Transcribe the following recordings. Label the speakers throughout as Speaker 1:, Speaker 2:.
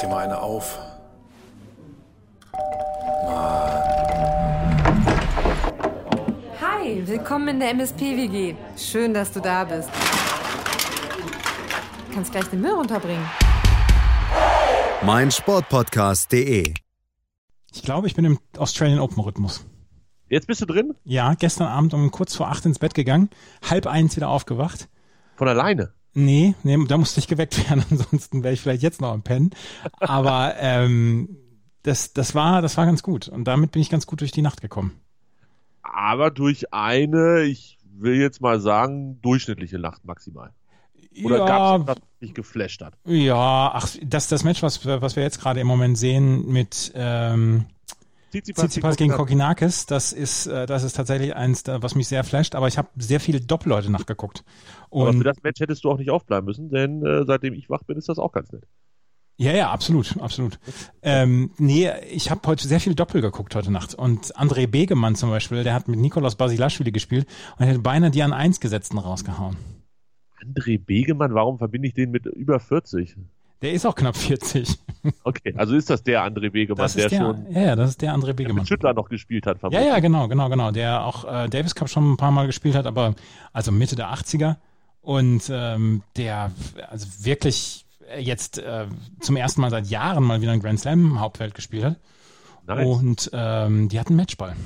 Speaker 1: dir mal eine auf.
Speaker 2: Hi, willkommen in der MSP-WG. Schön, dass du da bist. Du kannst gleich den Müll runterbringen.
Speaker 3: mein Sportpodcast.de.
Speaker 4: Ich glaube, ich bin im Australian Open Rhythmus.
Speaker 5: Jetzt bist du drin?
Speaker 4: Ja, gestern Abend um kurz vor acht ins Bett gegangen, halb eins wieder aufgewacht.
Speaker 5: Von alleine.
Speaker 4: Nee, nee, da musste ich geweckt werden, ansonsten wäre ich vielleicht jetzt noch am Pennen. Aber ähm, das, das, war, das war ganz gut. Und damit bin ich ganz gut durch die Nacht gekommen.
Speaker 5: Aber durch eine, ich will jetzt mal sagen, durchschnittliche Nacht maximal. Oder gab es etwas, was dich geflasht hat?
Speaker 4: ja, ach, das, das Match, was, wir- was wir jetzt gerade im Moment sehen mit ähm,
Speaker 5: Tsitsipas
Speaker 4: Tsitsipas gegen Kokinakis, das ist, äh, das ist tatsächlich eins, da- was mich sehr flasht, aber ich habe sehr viele Doppelleute nachgeguckt.
Speaker 5: Aber für
Speaker 4: Und
Speaker 5: das Match hättest du auch nicht aufbleiben müssen, denn äh, seitdem ich wach bin, ist das auch ganz nett.
Speaker 4: Ja, ja, absolut, absolut. Ähm, nee, ich habe heute sehr viel Doppel geguckt heute Nacht. Und André Begemann zum Beispiel, der hat mit Nikolaus Basilashvili gespielt und hätte beinahe die an 1 gesetzten rausgehauen.
Speaker 5: André Begemann, warum verbinde ich den mit über 40?
Speaker 4: Der ist auch knapp 40.
Speaker 5: Okay, also ist das der André Begemann,
Speaker 4: Das ist der,
Speaker 5: schon
Speaker 4: ja, ja, das ist der André Begemann.
Speaker 5: mit Schüttler noch gespielt hat,
Speaker 4: Ja,
Speaker 5: vermutlich.
Speaker 4: ja, genau, genau, genau. Der auch äh, Davis Cup schon ein paar Mal gespielt hat, aber also Mitte der 80er. Und ähm, der also wirklich jetzt äh, zum ersten Mal seit Jahren mal wieder ein Grand Slam im Hauptfeld gespielt hat.
Speaker 5: Nice.
Speaker 4: Und ähm, die hatten Matchball.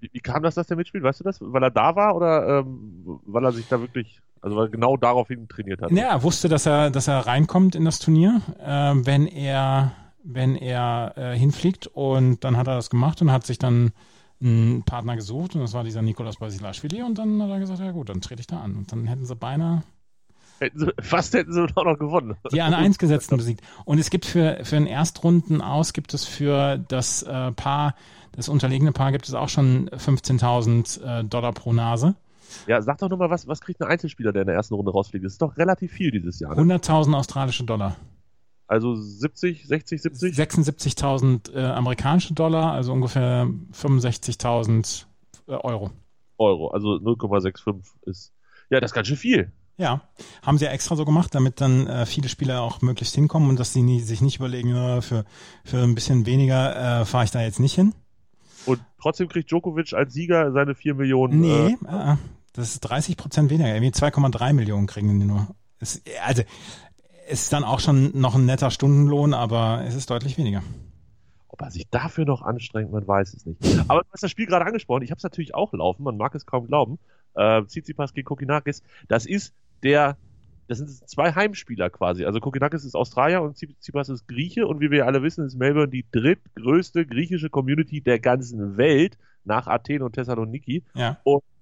Speaker 5: Wie, wie kam das, dass der mitspielt? Weißt du das? Weil er da war oder ähm, weil er sich da wirklich, also weil er genau daraufhin trainiert hat?
Speaker 4: Ja, er wusste, dass er, dass er reinkommt in das Turnier, äh, wenn er, wenn er äh, hinfliegt. Und dann hat er das gemacht und hat sich dann einen Partner gesucht. Und das war dieser Nikolaus Basilashvili. Und dann hat er gesagt, ja gut, dann trete ich da an. Und dann hätten sie beinahe
Speaker 5: Hätten sie, fast hätten sie auch noch gewonnen.
Speaker 4: die an eins gesetzten besiegt. Und es gibt für, für einen Erstrunden aus, gibt es für das äh, Paar, das unterlegene Paar, gibt es auch schon 15.000 äh, Dollar pro Nase.
Speaker 5: Ja, sag doch nochmal, was, was kriegt ein Einzelspieler, der in der ersten Runde rausfliegt? Das ist doch relativ viel dieses Jahr. Ne?
Speaker 4: 100.000 australische Dollar.
Speaker 5: Also 70, 60, 70?
Speaker 4: 76.000 äh, amerikanische Dollar, also ungefähr 65.000 äh, Euro.
Speaker 5: Euro, also 0,65 ist. Ja, das ist ganz schön viel.
Speaker 4: Ja, haben sie ja extra so gemacht, damit dann äh, viele Spieler auch möglichst hinkommen und dass sie nie, sich nicht überlegen, äh, für, für ein bisschen weniger äh, fahre ich da jetzt nicht hin.
Speaker 5: Und trotzdem kriegt Djokovic als Sieger seine 4 Millionen.
Speaker 4: Nee,
Speaker 5: Äh,
Speaker 4: äh, das ist 30 Prozent weniger. Irgendwie 2,3 Millionen kriegen die nur. Es, also, es ist dann auch schon noch ein netter Stundenlohn, aber es ist deutlich weniger.
Speaker 5: ob er sich dafür noch anstrengt, man weiß es nicht. Aber du hast das Spiel gerade angesprochen. Ich habe es natürlich auch laufen, man mag es kaum glauben. Äh, Tsitsipas gegen Kokinakis. Das ist der. Das sind zwei Heimspieler quasi. Also Kokinakis ist Australier und Tsitsipas ist Grieche. Und wie wir alle wissen, ist Melbourne die drittgrößte griechische Community der ganzen Welt nach Athen und Thessaloniki.
Speaker 4: Ja.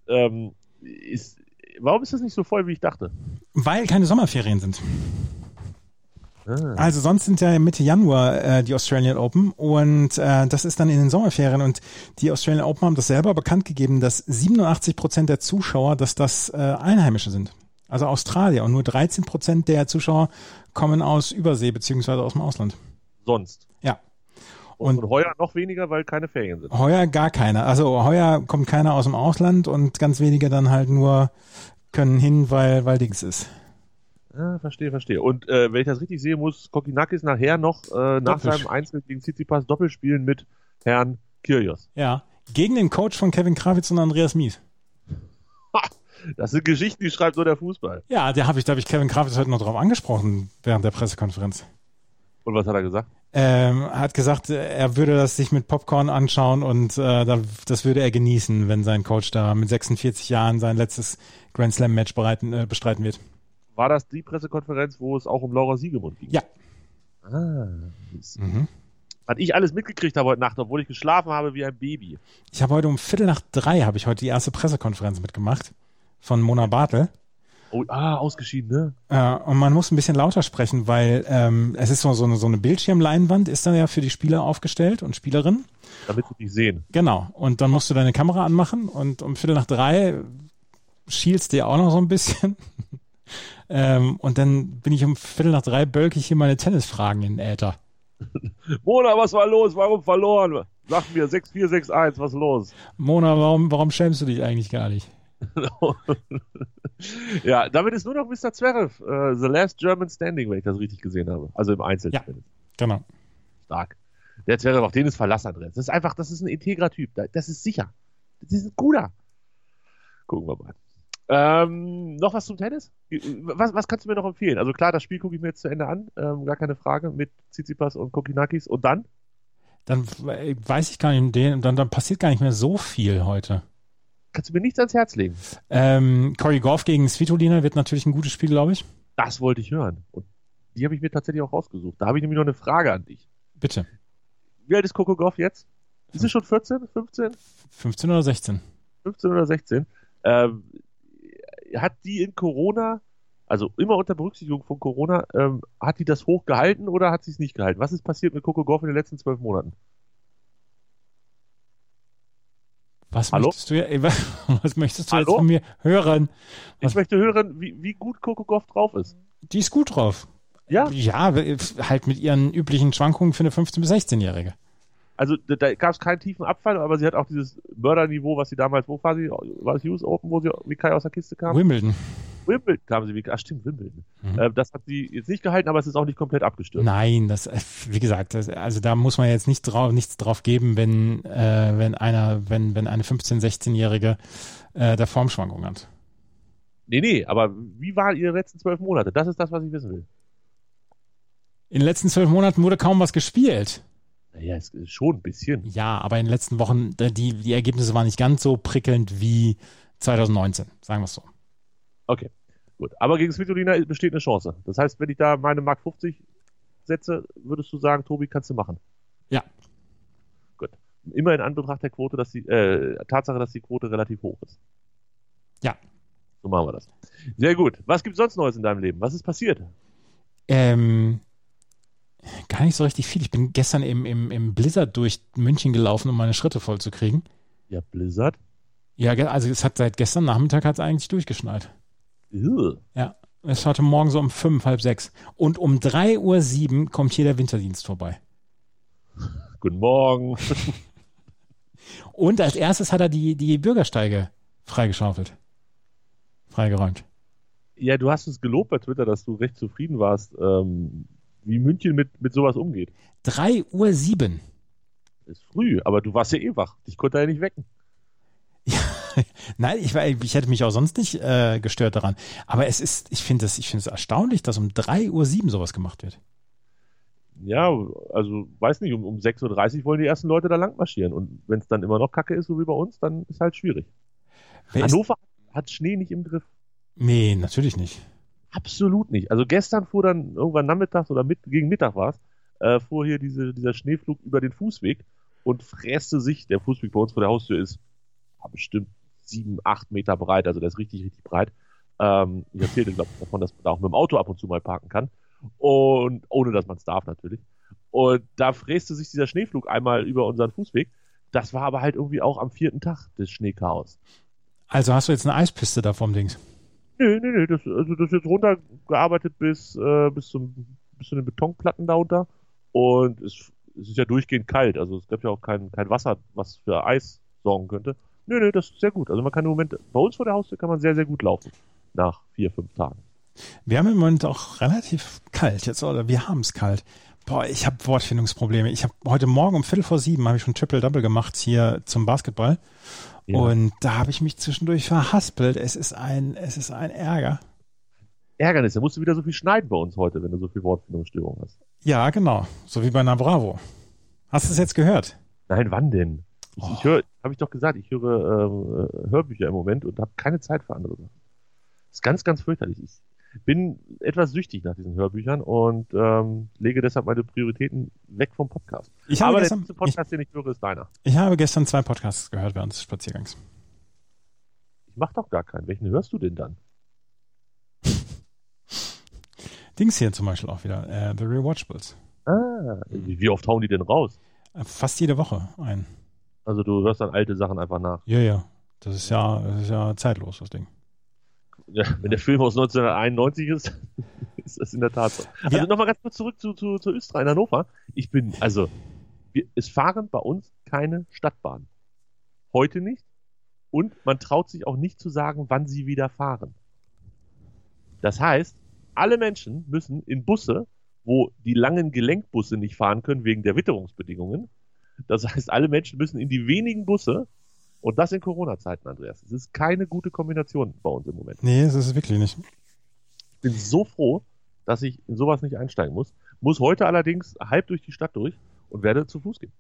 Speaker 5: Ähm, ist, warum ist das nicht so voll, wie ich dachte?
Speaker 4: Weil keine Sommerferien sind.
Speaker 5: Ah.
Speaker 4: Also sonst sind ja Mitte Januar äh, die Australian Open und äh, das ist dann in den Sommerferien und die Australian Open haben das selber bekannt gegeben, dass 87 Prozent der Zuschauer, dass das äh, Einheimische sind. Also Australier und nur 13 Prozent der Zuschauer kommen aus Übersee beziehungsweise aus dem Ausland.
Speaker 5: Sonst.
Speaker 4: Ja.
Speaker 5: Und,
Speaker 4: Und-
Speaker 5: heuer noch weniger, weil keine Ferien sind.
Speaker 4: Heuer gar keiner. Also heuer kommt keiner aus dem Ausland und ganz wenige dann halt nur können hin, weil, weil Dings ist.
Speaker 5: Ah, verstehe, verstehe. Und äh, wenn ich das richtig sehe, muss Kokinakis nachher noch äh, nach
Speaker 4: Doppel.
Speaker 5: seinem Einzel gegen Tsitsipas Doppel spielen mit Herrn Kyrgios.
Speaker 4: Ja. Gegen den Coach von Kevin Krawitz und Andreas Mies.
Speaker 5: Das sind Geschichten, die schreibt nur der Fußball.
Speaker 4: Ja, der habe ich, da habe ich Kevin Krawitz heute noch drauf angesprochen während der Pressekonferenz.
Speaker 5: Und was hat er gesagt?
Speaker 4: Ähm, hat gesagt, äh, er würde das sich mit Popcorn anschauen und äh, da, das würde er genießen, wenn sein Coach da mit 46 Jahren sein letztes Grand Slam Match bereiten, äh, bestreiten wird.
Speaker 5: War das die Pressekonferenz, wo es auch um Laura Siegemund ging?
Speaker 4: Ja.
Speaker 5: Ah, das-
Speaker 4: Mhm.
Speaker 5: was ich alles mitgekriegt habe heute Nacht, obwohl ich geschlafen habe wie ein Baby.
Speaker 4: Ich habe heute um Viertel nach drei habe ich heute die erste Pressekonferenz mitgemacht von Mona Bartel.
Speaker 5: Oh, ah, ausgeschieden, ne?
Speaker 4: Äh, und man muss ein bisschen lauter sprechen, weil ähm, es ist so, so, eine, so eine Bildschirmleinwand, ist da ja für die Spieler aufgestellt und Spielerinnen.
Speaker 5: Damit sie dich sehen.
Speaker 4: Genau. Und dann musst du deine Kamera anmachen und um Viertel nach drei schielst dir auch noch so ein bisschen. ähm, und dann bin ich um Viertel nach drei bölke ich hier meine Tennisfragen in den Äther.
Speaker 5: Mona, was war los? Warum verloren? Sag mir, 6-4, 6-1, was los?
Speaker 4: Mona, warum, warum schämst du dich eigentlich gar nicht?
Speaker 5: Ja, damit ist nur noch Mr. Zverev, äh, The Last German Standing, wenn ich das richtig gesehen habe. Also im Einzel.
Speaker 4: Ja. Genau.
Speaker 5: Stark. Der Zverev, auf den ist Verlass drin. Das ist einfach, das ist ein integrer Typ. Da- Das ist sicher. Das ist ein guter. Gucken wir mal. Ähm, noch was zum Tennis? Was, was kannst du mir noch empfehlen? Also klar, das Spiel gucke ich mir jetzt zu Ende an. Ähm, gar keine Frage mit Tsitsipas und Kokinakis. Und dann?
Speaker 4: Dann äh, weiß ich gar nicht, den- dann, dann passiert gar nicht mehr so viel heute.
Speaker 5: Kannst du mir nichts ans Herz legen?
Speaker 4: Ähm, Corey Goff gegen Svitolina wird natürlich ein gutes Spiel, glaube ich.
Speaker 5: Das wollte ich hören. Und die habe ich mir tatsächlich auch rausgesucht. Da habe ich nämlich noch eine Frage an dich.
Speaker 4: Bitte.
Speaker 5: Wie alt ist Coco Goff jetzt? Ist es schon 14, 15?
Speaker 4: 15 oder 16?
Speaker 5: 15 oder 16, ähm, hat die in Corona, also immer unter Berücksichtigung von Corona, ähm, hat die das hoch gehalten oder hat sie es nicht gehalten? Was ist passiert mit Coco Golf in den letzten zwölf Monaten?
Speaker 4: Was
Speaker 5: Hallo?
Speaker 4: möchtest du, ja- ey, wa- was möchtest du jetzt
Speaker 5: Hallo?
Speaker 4: von mir hören?
Speaker 5: Ich
Speaker 4: Was-
Speaker 5: möchte hören, wie, wie gut Coco Golf drauf ist.
Speaker 4: Die ist gut drauf.
Speaker 5: Ja,
Speaker 4: Ja, w- halt mit ihren üblichen Schwankungen für eine 15- bis 16-Jährige.
Speaker 5: also da, da gab es keinen tiefen Abfall, aber sie hat auch dieses Mörderniveau, was sie damals, wo war sie? War es US Open, wo sie wie Kai aus der Kiste kam?
Speaker 4: Wimbledon.
Speaker 5: Wimbledon kam sie wie, ach stimmt, Wimbledon.
Speaker 4: Mhm.
Speaker 5: Ähm, das hat sie jetzt nicht gehalten, aber es ist auch nicht komplett abgestürzt.
Speaker 4: Nein, das, äh, wie gesagt, das, also da muss man jetzt nicht drauf, nichts drauf geben, wenn, äh, wenn einer, wenn, wenn eine 15-, 16-Jährige äh, da Formschwankungen hat.
Speaker 5: Nee, nee, aber wie waren ihre letzten zwölf Monate? Das ist das, was ich wissen will.
Speaker 4: In den letzten zwölf Monaten wurde kaum was gespielt.
Speaker 5: Naja, es ist schon ein bisschen.
Speaker 4: Ja, aber in den letzten Wochen, äh, die, die Ergebnisse waren nicht ganz so prickelnd wie 2019, sagen wir es so.
Speaker 5: Gut, aber gegen Svitolina besteht eine Chance. Das heißt, wenn ich da meine Mark 50 setze, würdest du sagen, Tobi, kannst du machen.
Speaker 4: Ja.
Speaker 5: Gut. Immer in Anbetracht der Quote, dass die äh, Tatsache, dass die Quote relativ hoch ist.
Speaker 4: Ja.
Speaker 5: So machen wir das. Sehr gut. Was gibt's sonst Neues in deinem Leben? Was ist passiert?
Speaker 4: Ähm, gar nicht so richtig viel. Ich bin gestern im, im, im Blizzard durch München gelaufen, um meine Schritte voll zu kriegen.
Speaker 5: Ja, Blizzard.
Speaker 4: Ja, ge- also es hat seit gestern Nachmittag hat es eigentlich durchgeschneit.
Speaker 5: Ew.
Speaker 4: Es war heute Morgen so um fünf, halb sechs. Und um drei Uhr sieben kommt hier der Winterdienst vorbei.
Speaker 5: Guten Morgen.
Speaker 4: Und als erstes hat er die, die Bürgersteige freigeschaufelt. Freigeräumt.
Speaker 5: Ja, du hast uns gelobt bei Twitter, dass du recht zufrieden warst, ähm, wie München mit, mit sowas umgeht.
Speaker 4: Drei Uhr sieben.
Speaker 5: Ist früh, aber du warst ja eh wach. Dich konnte er ja nicht wecken.
Speaker 4: Nein, ich, war, ich hätte mich auch sonst nicht äh, gestört daran. Aber es ist, ich finde es, ich finde es erstaunlich, dass um drei Uhr sieben sowas gemacht wird.
Speaker 5: Ja, also weiß nicht, um, um 6.30 Uhr wollen die ersten Leute da lang marschieren. Und wenn es dann immer noch Kacke ist, so wie bei uns, dann ist halt schwierig.
Speaker 4: Wer ist-
Speaker 5: Hannover hat Schnee nicht im Griff.
Speaker 4: Nee, natürlich nicht.
Speaker 5: Absolut nicht. Also gestern fuhr dann irgendwann nachmittags oder mit, gegen Mittag war es, äh, fuhr hier diese, dieser Schneeflug über den Fußweg und fräste sich. Der Fußweg bei uns vor der Haustür ist ja, bestimmt sieben, acht Meter breit, also der ist richtig, richtig breit. Ähm, ich erzählte, glaube ich, davon, dass man da auch mit dem Auto ab und zu mal parken kann. Und ohne dass man es darf natürlich. Und da fräste sich dieser Schneeflug einmal über unseren Fußweg. Das war aber halt irgendwie auch am vierten Tag des Schneechaos.
Speaker 4: Also hast du jetzt eine Eispiste da vom Dings?
Speaker 5: Nö, nö, nö, das, also das ist jetzt runtergearbeitet bis, äh, bis, zum, bis zu den Betonplatten darunter. Und es, es ist ja durchgehend kalt, also es gab ja auch kein, kein Wasser, was für Eis sorgen könnte. Nö, nö, das ist sehr gut. Also man kann im Moment, bei uns vor der Haustür kann man sehr, sehr gut laufen. Nach vier, fünf Tagen.
Speaker 4: Wir haben im Moment auch relativ kalt jetzt, oder wir haben es kalt. Boah, ich habe Wortfindungsprobleme. Ich habe heute Morgen um Viertel vor sieben habe ich schon Triple Double gemacht hier zum Basketball
Speaker 5: Ja.
Speaker 4: und da habe ich mich zwischendurch verhaspelt. Es ist ein, es ist ein Ärger.
Speaker 5: Ärgernis, da musst du wieder so viel schneiden bei uns heute, wenn du so viel Wortfindungsstörung hast.
Speaker 4: Ja, genau, so wie bei Nabravo. Hast du es jetzt gehört?
Speaker 5: Nein, wann denn? Ich,
Speaker 4: Oh.
Speaker 5: ich höre, habe ich doch gesagt, ich höre ähm, äh, Hörbücher im Moment und habe keine Zeit für andere Sachen. Ist ganz, ganz fürchterlich. Ich bin etwas süchtig nach diesen Hörbüchern und ähm, lege deshalb meine Prioritäten weg vom Podcast.
Speaker 4: Ich habe,
Speaker 5: Aber der
Speaker 4: gestern,
Speaker 5: nächste
Speaker 4: ich,
Speaker 5: Podcast, den ich höre, ist deiner.
Speaker 4: ich habe gestern zwei Podcasts gehört während des Spaziergangs.
Speaker 5: Ich mache doch gar keinen. Welchen hörst du denn dann?
Speaker 4: Dings hier zum Beispiel auch wieder, äh, The Rewatchables.
Speaker 5: Ah,
Speaker 4: Hm.
Speaker 5: wie wie oft hauen die denn raus?
Speaker 4: Äh, Fast jede Woche ein.
Speaker 5: Also du hörst dann alte Sachen einfach nach.
Speaker 4: Ja, ja. Das ist ja, das ist ja zeitlos, das Ding.
Speaker 5: Ja, wenn der Film aus 1991 ist, ist das in der Tat so. Also
Speaker 4: Ja.
Speaker 5: nochmal ganz kurz zurück zu, zu, zu Österreich in Hannover. Ich bin, also, wir, es fahren bei uns keine Stadtbahnen. Heute nicht. Und man traut sich auch nicht zu sagen, wann sie wieder fahren. Das heißt, alle Menschen müssen in Busse, wo die langen Gelenkbusse nicht fahren können wegen der Witterungsbedingungen. Das heißt, alle Menschen müssen in die wenigen Busse und das in Corona-Zeiten, Andreas. Es ist keine gute Kombination bei uns im Moment.
Speaker 4: Nee, das ist wirklich nicht.
Speaker 5: Ich bin so froh, dass ich in sowas nicht einsteigen muss. Muss heute allerdings halb durch die Stadt durch und werde zu Fuß gehen.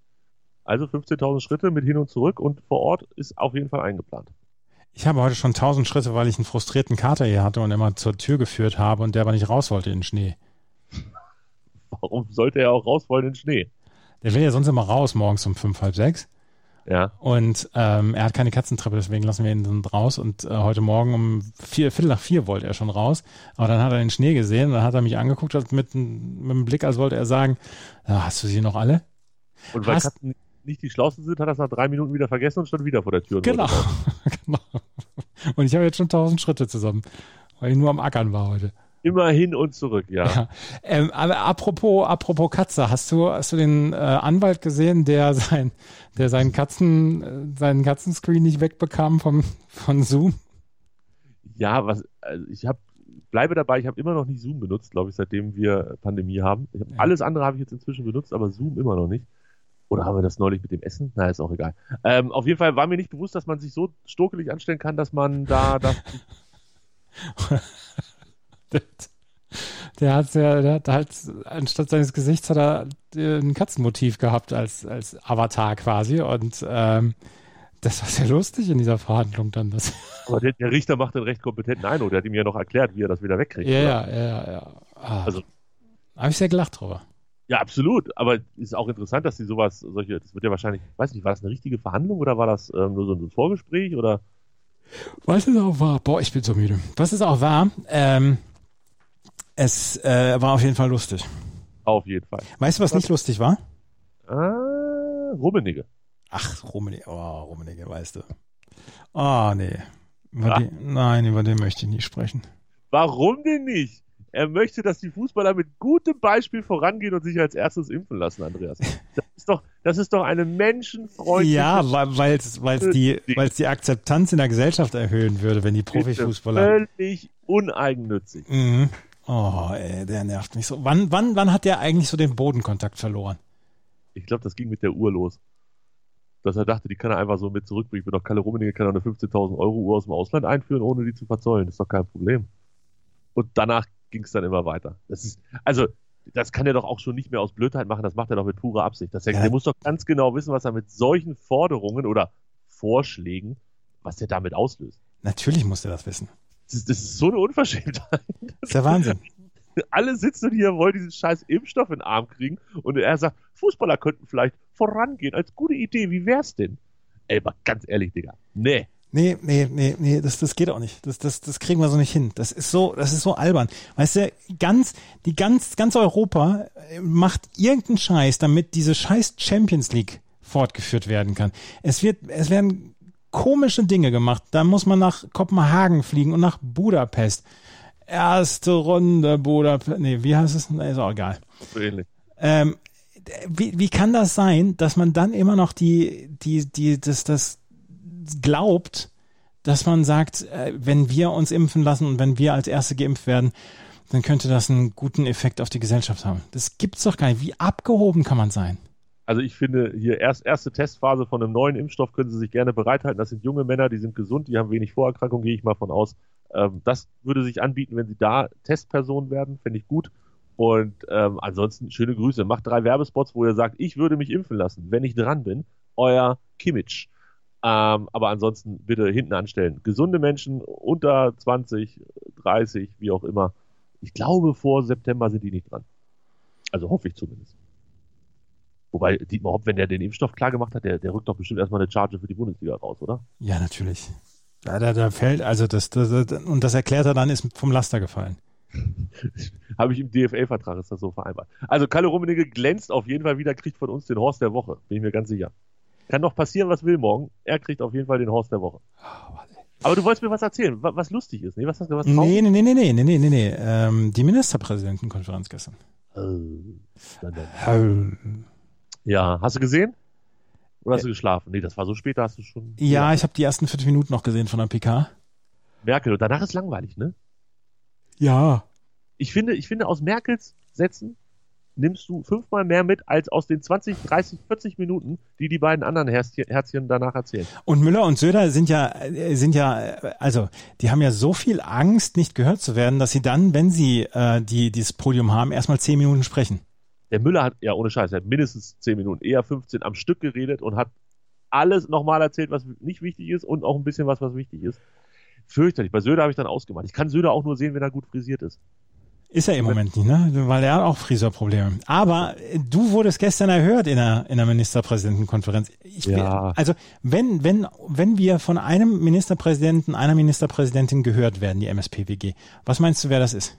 Speaker 5: Also 15.000 Schritte mit hin und zurück und vor Ort ist auf jeden Fall eingeplant.
Speaker 4: Ich habe heute schon tausend Schritte, weil ich einen frustrierten Kater hier hatte und immer zur Tür geführt habe und der aber nicht raus wollte in den Schnee.
Speaker 5: Warum sollte er auch raus wollen in den Schnee?
Speaker 4: Der will ja sonst immer raus morgens um fünf, halb sechs.
Speaker 5: Ja.
Speaker 4: Und ähm, er hat keine Katzentreppe, deswegen lassen wir ihn dann raus. Und äh, heute Morgen um vier, Viertel nach vier wollte er schon raus. Aber dann hat er den Schnee gesehen, dann hat er mich angeguckt hat mit, n- mit einem Blick, als wollte er sagen, "Ah, hast du sie noch alle?
Speaker 5: Und weil
Speaker 4: Hast-
Speaker 5: Katzen nicht die schlausten sind, hat er es nach drei Minuten wieder vergessen und stand wieder vor der Tür. und
Speaker 4: Genau.
Speaker 5: wollte raus.
Speaker 4: genau. Und ich habe jetzt schon tausend Schritte zusammen, weil ich nur am Ackern war heute.
Speaker 5: Immer hin und zurück, ja.
Speaker 4: Ähm, aber apropos, apropos Katze, hast du, hast du den äh, Anwalt gesehen, der sein, der seinen Katzen, äh, seinen Katzenscreen nicht wegbekam vom, von Zoom?
Speaker 5: Ja, was, also ich habe, bleibe dabei, ich habe immer noch nicht Zoom benutzt, glaube ich, seitdem wir Pandemie haben. Ich hab,
Speaker 4: Ja.
Speaker 5: Alles andere habe ich jetzt inzwischen benutzt, aber Zoom immer noch nicht. Oder haben wir das neulich mit dem Essen? Na, ist auch egal. Ähm, auf jeden Fall war mir nicht bewusst, dass man sich so stokelig anstellen kann, dass man da, da
Speaker 4: Der, der hat ja, der hat halt, anstatt seines Gesichts hat er äh, ein Katzenmotiv gehabt als, als Avatar quasi. Und ähm, das war sehr lustig in dieser Verhandlung dann. Das,
Speaker 5: aber der, der Richter macht einen recht kompetenten Eindruck. Der hat ihm ja noch erklärt, wie er das wieder wegkriegt.
Speaker 4: ja,
Speaker 5: oder?
Speaker 4: ja, ja, ja. Ah,
Speaker 5: Also-
Speaker 4: habe ich sehr gelacht drüber.
Speaker 5: Ja, absolut. Aber ist auch interessant, dass sie sowas, solche, das wird ja wahrscheinlich, weiß nicht, war das eine richtige Verhandlung oder war das ähm, nur so ein Vorgespräch oder?
Speaker 4: Was es auch war, boah, ich bin so müde. Was es auch war, ähm, es äh, war auf jeden Fall lustig.
Speaker 5: Auf jeden Fall.
Speaker 4: Weißt du, was nicht lustig war?
Speaker 5: Ah, Rummenigge.
Speaker 4: Ach, Rummenigge, oh, Rummenigge, weißt du. Ah, nee. Über die, nein, über den möchte ich nicht sprechen.
Speaker 5: Warum denn nicht? Er möchte, dass die Fußballer mit gutem Beispiel vorangehen und sich als erstes impfen lassen, Andreas. Das ist doch, das ist doch eine menschenfreundliche.
Speaker 4: Ja, weil es die, weil's die Akzeptanz in der Gesellschaft erhöhen würde, wenn die
Speaker 5: Äh.
Speaker 4: Profifußballer.
Speaker 5: Völlig uneigennützig.
Speaker 4: Mhm. Oh, ey, der nervt mich so. Wann, wann, wann hat der eigentlich so den Bodenkontakt verloren?
Speaker 5: Ich glaube, das ging mit der Uhr los. Dass er dachte, die kann er einfach so mit zurückbringen. Ich bin doch Kalle Rummenigge, kann auch eine 15.000 Euro Uhr aus dem Ausland einführen, ohne die zu verzollen. Das ist doch kein Problem. Und danach ging es dann immer weiter. Das ist, also, das kann er doch auch schon nicht mehr aus Blödheit machen. Das macht er doch mit purer Absicht. Das,
Speaker 4: Ja.
Speaker 5: Der muss doch ganz genau wissen, was er mit solchen Forderungen oder Vorschlägen, was er damit auslöst.
Speaker 4: Natürlich muss er das wissen.
Speaker 5: Das ist, das ist so eine Unverschämtheit.
Speaker 4: Das ist der Wahnsinn.
Speaker 5: Alle sitzen hier, wollen diesen scheiß Impfstoff in den Arm kriegen und er sagt, Fußballer könnten vielleicht vorangehen als gute Idee, wie wär's denn? Ey, aber ganz ehrlich, Digga, nee.
Speaker 4: Nee, nee, nee, nee, das, das geht auch nicht. Das, das, das kriegen wir so nicht hin. Das ist so, das ist so albern. Weißt du, ganz, die ganz, ganz Europa äh, macht irgendeinen Scheiß, damit diese scheiß Champions League fortgeführt werden kann. Es wird, es werden komische Dinge gemacht. Da muss man nach Kopenhagen fliegen und nach Budapest. Erste Runde Budapest. Nee, wie heißt es? Nee, ist auch egal.
Speaker 5: So ähnlich.
Speaker 4: Ähm, d- wie, wie kann das sein, dass man dann immer noch die, die, die, das, das glaubt, dass man sagt, äh, wenn wir uns impfen lassen und wenn wir als Erste geimpft werden, dann könnte das einen guten Effekt auf die Gesellschaft haben. Das gibt's doch gar nicht. Wie abgehoben kann man sein?
Speaker 5: Also ich finde, hier erst, erste Testphase von einem neuen Impfstoff können Sie sich gerne bereithalten. Das sind junge Männer, die sind gesund, die haben wenig Vorerkrankungen, gehe ich mal von aus. Ähm, das würde sich anbieten, wenn Sie da Testpersonen werden, finde ich gut. Und ähm, ansonsten schöne Grüße. Macht drei Werbespots, wo ihr sagt, ich würde mich impfen lassen, wenn ich dran bin. Euer Kimmich. Ähm, aber ansonsten bitte hinten anstellen. Gesunde Menschen unter 20, 30, wie auch immer. Ich glaube, vor September sind die nicht dran. Also hoffe ich zumindest. Wobei Dietmar Hopp, wenn der den Impfstoff klar gemacht hat, der, der rückt doch bestimmt erstmal eine Charge für die Bundesliga raus, oder?
Speaker 4: Ja, natürlich. Da, da, da fällt, also das, das, das, und das erklärt er dann, ist vom Laster gefallen.
Speaker 5: Habe ich im DFL-Vertrag, ist das so vereinbart. Also Kalle Rummenigge glänzt auf jeden Fall wieder, kriegt von uns den Horst der Woche, bin ich mir ganz sicher. Kann noch passieren, was will morgen. Er kriegt auf jeden Fall den Horst der Woche. Aber du wolltest mir was erzählen, wa- was lustig ist, ne? Was hast du was
Speaker 4: Nee, nee, nee, nee, nee, nee, nee, nee, nee. Ähm, die Ministerpräsidentenkonferenz gestern. Ähm,
Speaker 5: Äh, dann, dann. Ja, hast du gesehen? Oder hast du geschlafen? Nee, das war so spät, da hast du schon.
Speaker 4: Ja, ich habe die ersten fünf Minuten noch gesehen von der PK.
Speaker 5: Merkel, und danach ist langweilig, ne?
Speaker 4: Ja.
Speaker 5: Ich finde, ich finde, aus Merkels Sätzen nimmst du fünfmal mehr mit als aus den 20, 30, 40 Minuten, die die beiden anderen Herzchen, Herzchen danach erzählen.
Speaker 4: Und Müller und Söder sind ja, äh, sind ja, äh, also die haben ja so viel Angst, nicht gehört zu werden, dass sie dann, wenn sie äh, die, dieses Podium haben, erstmal zehn Minuten sprechen.
Speaker 5: Der Müller hat, ja, ohne Scheiß, er hat mindestens 10 Minuten, eher 15 am Stück geredet und hat alles nochmal erzählt, was nicht wichtig ist und auch ein bisschen was, was wichtig ist. Fürchterlich. Bei Söder habe ich dann ausgemacht. Ich kann Söder auch nur sehen, wenn er gut frisiert ist.
Speaker 4: Ist er im Moment nicht, ne? Weil er hat auch Friseurprobleme. Aber äh, du wurdest gestern erhört in der, in der Ministerpräsidentenkonferenz. Ich bin-
Speaker 5: Ja.
Speaker 4: Also wenn, wenn, wenn wir von einem Ministerpräsidenten, einer Ministerpräsidentin gehört werden, die MSPWG, was meinst du, wer das ist?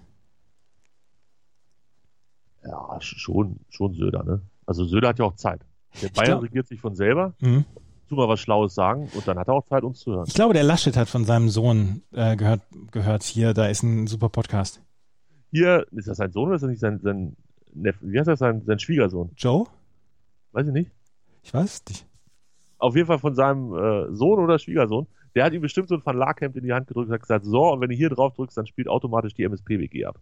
Speaker 5: Ja, sch- schon, schon Söder, ne? Also Söder hat ja auch Zeit. Der Bayern
Speaker 4: glaub-
Speaker 5: regiert sich von selber.
Speaker 4: Mhm.
Speaker 5: Tu mal was Schlaues sagen und dann hat er auch Zeit, uns zu hören.
Speaker 4: Ich glaube, der Laschet hat von seinem Sohn äh, gehört, gehört, hier, da ist ein super Podcast.
Speaker 5: Hier, ist das sein Sohn oder ist das nicht sein, sein Neff, wie heißt das, sein, sein Schwiegersohn?
Speaker 4: Joe?
Speaker 5: Weiß ich nicht.
Speaker 4: Ich weiß nicht.
Speaker 5: Auf jeden Fall von seinem äh, Sohn oder Schwiegersohn. Der hat ihm bestimmt so ein Van Larkhemd in die Hand gedrückt und hat gesagt, so, und wenn du hier drauf drückst, dann spielt automatisch die MSPWG ab.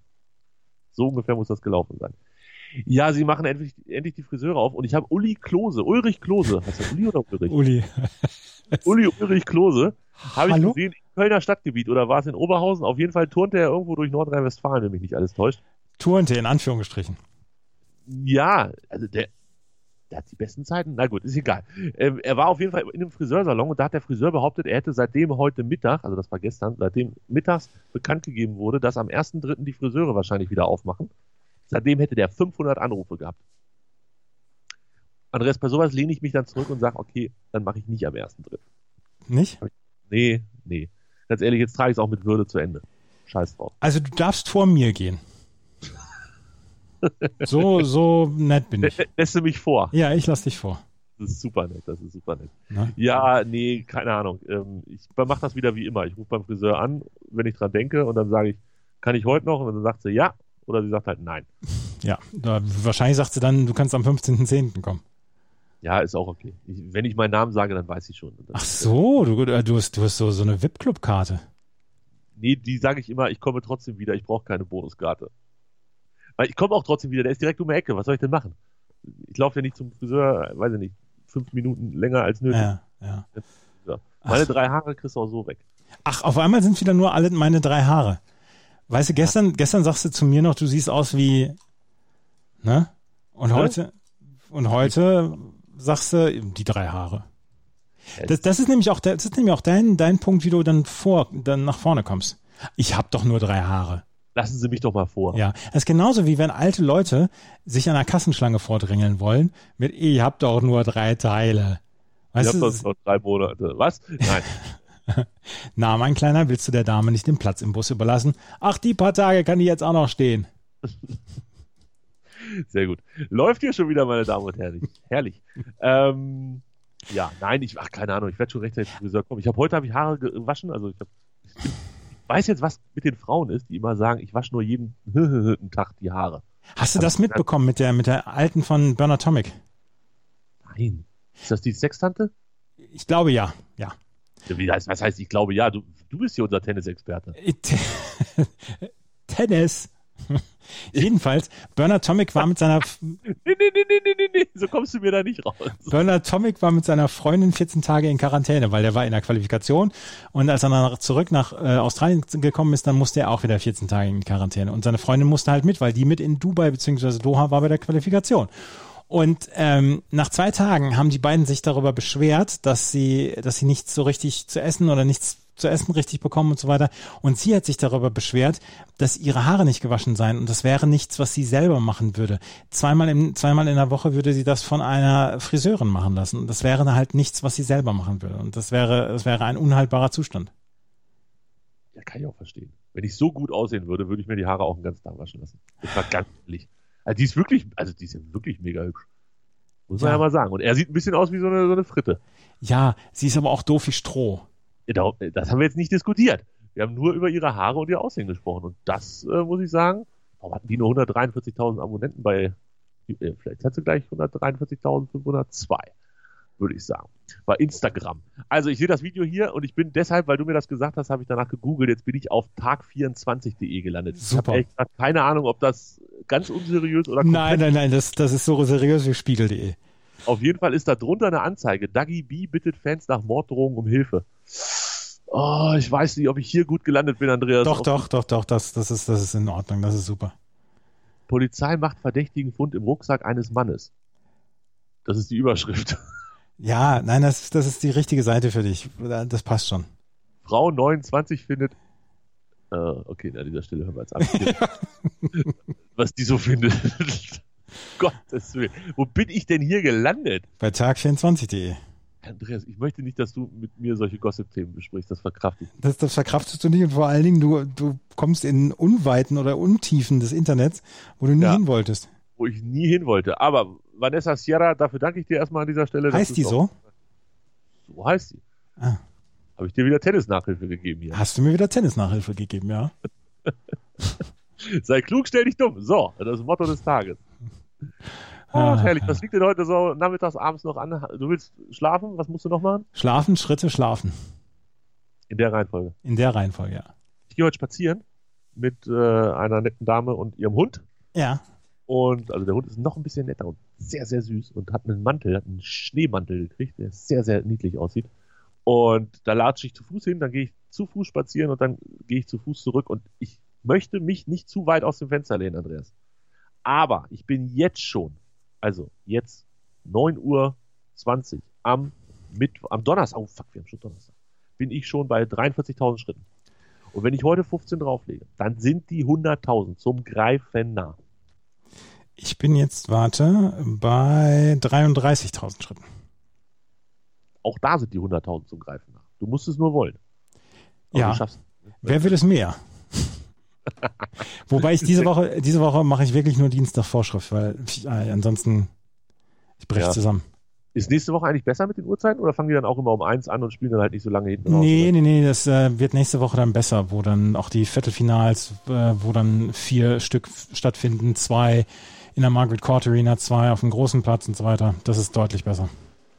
Speaker 5: So ungefähr muss das gelaufen sein. Ja, sie machen endlich, endlich die Friseure auf und ich habe Uli Klose, Ulrich Klose, heißt das Uli oder Ulrich?
Speaker 4: Uli.
Speaker 5: Uli Ulrich Klose. Habe ich
Speaker 4: Hallo?
Speaker 5: gesehen, im Kölner Stadtgebiet oder war es in Oberhausen? Auf jeden Fall turnte er irgendwo durch Nordrhein-Westfalen, wenn mich nicht alles täuscht.
Speaker 4: Tourente in Anführungsstrichen.
Speaker 5: Ja, also der, der hat die besten Zeiten. Na gut, ist egal. Ähm, er war auf jeden Fall in einem Friseursalon und da hat der Friseur behauptet, er hätte seitdem heute Mittag, also das war gestern, seitdem mittags bekannt gegeben wurde, dass am 1.3. die Friseure wahrscheinlich wieder aufmachen. Seitdem hätte der 500 Anrufe gehabt. Andreas, bei sowas lehne ich mich dann zurück und sage, okay, dann mache ich nicht am 1.3.
Speaker 4: Nicht?
Speaker 5: Nee, nee. Ganz ehrlich, jetzt trage ich es auch mit Würde zu Ende. Scheiß drauf.
Speaker 4: Also du darfst vor mir gehen. So, so nett bin ich.
Speaker 5: Lä- Lässt du mich vor.
Speaker 4: Ja, ich lass dich vor.
Speaker 5: Das ist super nett, das ist super nett.
Speaker 4: Ne?
Speaker 5: Ja, nee, keine Ahnung. Ähm, ich mache das wieder wie immer. Ich rufe beim Friseur an, wenn ich dran denke, und dann sage ich, kann ich heute noch? Und dann sagt sie ja. Oder sie sagt halt nein.
Speaker 4: Ja, da, wahrscheinlich sagt sie dann, du kannst am 15.10. kommen.
Speaker 5: Ja, ist auch okay. Ich, wenn ich meinen Namen sage, dann weiß ich schon. Und dann-
Speaker 4: Ach so, du, äh, du hast, du hast so, so eine VIP-Club-Karte.
Speaker 5: Nee, die sage ich immer, ich komme trotzdem wieder, ich brauche keine Bonuskarte. Weil ich komme auch trotzdem wieder, der ist direkt um die Ecke, was soll ich denn machen? Ich laufe ja nicht zum Friseur, weiß ich nicht, fünf Minuten länger als nötig.
Speaker 4: Ja, ja.
Speaker 5: Meine drei Haare kriegst du auch so weg.
Speaker 4: Ach, auf einmal sind wieder nur alle meine drei Haare. Weißt du, gestern, gestern sagst du zu mir noch, du siehst aus wie, ne? Und
Speaker 5: Hä?
Speaker 4: heute, und heute sagst du die drei Haare. Das, das ist nämlich auch, der- das ist nämlich auch dein, dein Punkt, wie du dann vor, dann nach vorne kommst. Ich hab doch nur drei Haare.
Speaker 5: Lassen Sie mich doch mal vor.
Speaker 4: Ja, das ist genauso wie wenn alte Leute sich an der Kassenschlange vordrängeln wollen mit, ich hab doch nur drei Teile.
Speaker 5: ich
Speaker 4: Weißt
Speaker 5: habe
Speaker 4: du,
Speaker 5: das noch drei Monate. Was? Nein.
Speaker 4: na, mein Kleiner, willst du der Dame nicht den Platz im Bus überlassen? Ach, die paar Tage kann die jetzt auch noch stehen.
Speaker 5: Sehr gut. Läuft hier schon wieder, meine Damen und Herren. Herrlich. ähm, ja, nein, ich, ach, keine Ahnung, ich werde schon rechtzeitig zum Friseur kommen. Ich habe heute habe ich Haare gewaschen, also ich, hab, ich weiß jetzt, was mit den Frauen ist, die immer sagen, ich wasche nur jeden Tag die Haare.
Speaker 4: Hast du das mitbekommen mit der, mit der alten von Bernard Tomic?
Speaker 5: Nein. Ist das die Sextante?
Speaker 4: Ich glaube ja, ja.
Speaker 5: Ja, wie heißt- Was heißt, ich glaube, ja, du, du bist hier unser Tennisexperte.
Speaker 4: Tennis. Jedenfalls, Bernard Tomic war mit seiner
Speaker 5: Nee, nee, nee, nee, nee, nee, nee, so kommst du mir da nicht raus.
Speaker 4: Bernard Tomic war mit seiner Freundin 14 Tage in Quarantäne, weil der war in der Qualifikation. Und als er dann zurück nach äh, Australien gekommen ist, dann musste er auch wieder 14 Tage in Quarantäne. Und seine Freundin musste halt mit, weil die mit in Dubai bzw. Doha war bei der Qualifikation. Und ähm, nach zwei Tagen haben die beiden sich darüber beschwert, dass sie, dass sie nichts so richtig zu essen oder nichts zu essen richtig bekommen und so weiter. Und sie hat sich darüber beschwert, dass ihre Haare nicht gewaschen seien und das wäre nichts, was sie selber machen würde. Zweimal, im, zweimal in der Woche würde sie das von einer Friseurin machen lassen. Und das wäre halt nichts, was sie selber machen würde. Und das wäre, das wäre ein unhaltbarer Zustand.
Speaker 5: Ja, kann ich auch verstehen. Wenn ich so gut aussehen würde, würde ich mir die Haare auch den ganzen Tag waschen lassen. Das war ganz ehrlich. Also die ist wirklich, also die ist ja wirklich mega hübsch. Muss man
Speaker 4: Ja.
Speaker 5: ja mal sagen. Und er sieht ein bisschen aus wie so eine, so eine Fritte.
Speaker 4: Ja, sie ist aber auch doof wie Stroh.
Speaker 5: Ja, da- Genau, äh, Das haben wir jetzt nicht diskutiert. Wir haben nur über ihre Haare und ihr Aussehen gesprochen. Und das äh, muss ich sagen, warum hatten die nur 143.000 Abonnenten bei, äh, vielleicht hat sie gleich 143.502. würde ich sagen. Bei Instagram. Also ich sehe das Video hier und ich bin deshalb, weil du mir das gesagt hast, habe ich danach gegoogelt. Jetzt bin ich auf tag24.de gelandet. Ich
Speaker 4: Super.
Speaker 5: habe ehrlich gesagt keine Ahnung, ob das ganz unseriös oder
Speaker 4: Nein, nein, nein, das, das ist so seriös wie Spiegel.de.
Speaker 5: Auf jeden Fall ist da drunter eine Anzeige. Dagi B bittet Fans nach Morddrohungen um Hilfe. Oh, ich weiß nicht, ob ich hier gut gelandet bin, Andreas.
Speaker 4: Doch,
Speaker 5: Auf-
Speaker 4: doch, doch, doch, das, das, ist, das ist in Ordnung, das ist super.
Speaker 5: Polizei macht verdächtigen Fund im Rucksack eines Mannes. Das ist die Überschrift.
Speaker 4: Ja, nein, das, ist- das ist die richtige Seite für dich. Das passt schon.
Speaker 5: Frau 29 findet. Äh, okay, an dieser Stelle hören wir jetzt ab. Was die so findet. Gottes Willen. Wo bin ich denn hier gelandet?
Speaker 4: Bei tag24.de.
Speaker 5: Andreas, ich möchte nicht, dass du mit mir solche Gossip-Themen besprichst. Das verkraft ich.
Speaker 4: Das, das verkraftest du nicht und vor allen Dingen, du, du kommst in Unweiten oder Untiefen des Internets, wo du nie
Speaker 5: Ja.
Speaker 4: hin wolltest.
Speaker 5: wo ich nie hin wollte. Aber Vanessa Sierra, dafür danke ich dir erstmal an dieser Stelle. Das
Speaker 4: Heißt
Speaker 5: ist
Speaker 4: die
Speaker 5: doch-
Speaker 4: so?
Speaker 5: So heißt sie.
Speaker 4: Ah.
Speaker 5: Habe ich dir wieder Tennisnachhilfe gegeben hier.
Speaker 4: Hast du mir wieder Tennisnachhilfe gegeben, ja?
Speaker 5: Sei klug, stell dich dumm. So, das Motto des Tages. Oh,
Speaker 4: Ah.
Speaker 5: herrlich. Was liegt denn heute so nachmittags, abends noch an? Du willst schlafen? Was musst du noch machen?
Speaker 4: Schlafen, Schritte, schlafen.
Speaker 5: In der Reihenfolge.
Speaker 4: In der Reihenfolge, ja.
Speaker 5: Ich gehe heute spazieren mit äh, einer netten Dame und ihrem Hund.
Speaker 4: Ja.
Speaker 5: Und also der Hund ist noch ein bisschen netter und sehr, sehr süß und hat einen Mantel, hat einen Schneemantel gekriegt, der sehr, sehr niedlich aussieht. Und da latsche ich zu Fuß hin, dann gehe ich zu Fuß spazieren und dann gehe ich zu Fuß zurück. Und ich möchte mich nicht zu weit aus dem Fenster lehnen, Andreas. Aber ich bin jetzt schon, also jetzt 9.20 Uhr am Mittwoch, am Donnerstag, oh fuck, wir haben schon Donnerstag, bin ich schon bei 43.000 Schritten. Und wenn ich heute 15 drauflege, dann sind die 100.000 zum Greifen nah.
Speaker 4: Ich bin jetzt, warte, bei 33.000 Schritten.
Speaker 5: auch da sind die 100.000 zum Greifen nach. Du musst es nur wollen. Aber
Speaker 4: Ja.
Speaker 5: Du schaffst es.
Speaker 4: Wer will es mehr? Wobei ich diese Woche, diese Woche mache ich wirklich nur Dienstag Vorschrift, weil ich, äh, ansonsten ich breche
Speaker 5: Ja.
Speaker 4: zusammen.
Speaker 5: Ist nächste Woche eigentlich besser mit den Uhrzeiten oder fangen die dann auch immer um eins an und spielen dann halt nicht so lange hinten raus?
Speaker 4: Nee, nee, nee, das äh, wird nächste Woche dann besser, wo dann auch die Viertelfinals, äh, wo dann vier Stück f- stattfinden, zwei in der Margaret Court Arena, zwei auf dem großen Platz und so weiter. Das ist deutlich besser.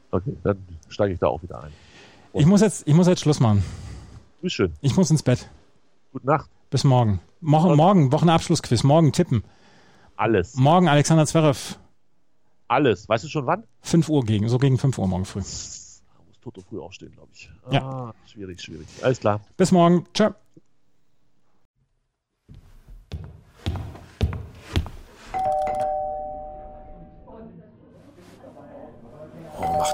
Speaker 5: Okay, dann steige ich da auch wieder ein.
Speaker 4: Ich muss jetzt, ich muss jetzt Schluss machen.
Speaker 5: Ist schön.
Speaker 4: Ich muss ins Bett.
Speaker 5: Gute Nacht.
Speaker 4: Bis morgen. Morgen, morgen, Wochenabschlussquiz. Morgen tippen.
Speaker 5: Alles.
Speaker 4: Morgen Alexander Zverev.
Speaker 5: Alles. Weißt du schon wann?
Speaker 4: 5 Uhr gegen, so gegen 5 Uhr morgen früh.
Speaker 5: Da muss Toto früh aufstehen, glaube ich.
Speaker 4: Ja.
Speaker 5: Ah, schwierig, schwierig. Alles klar.
Speaker 4: Bis morgen. Ciao.
Speaker 1: Oh, mach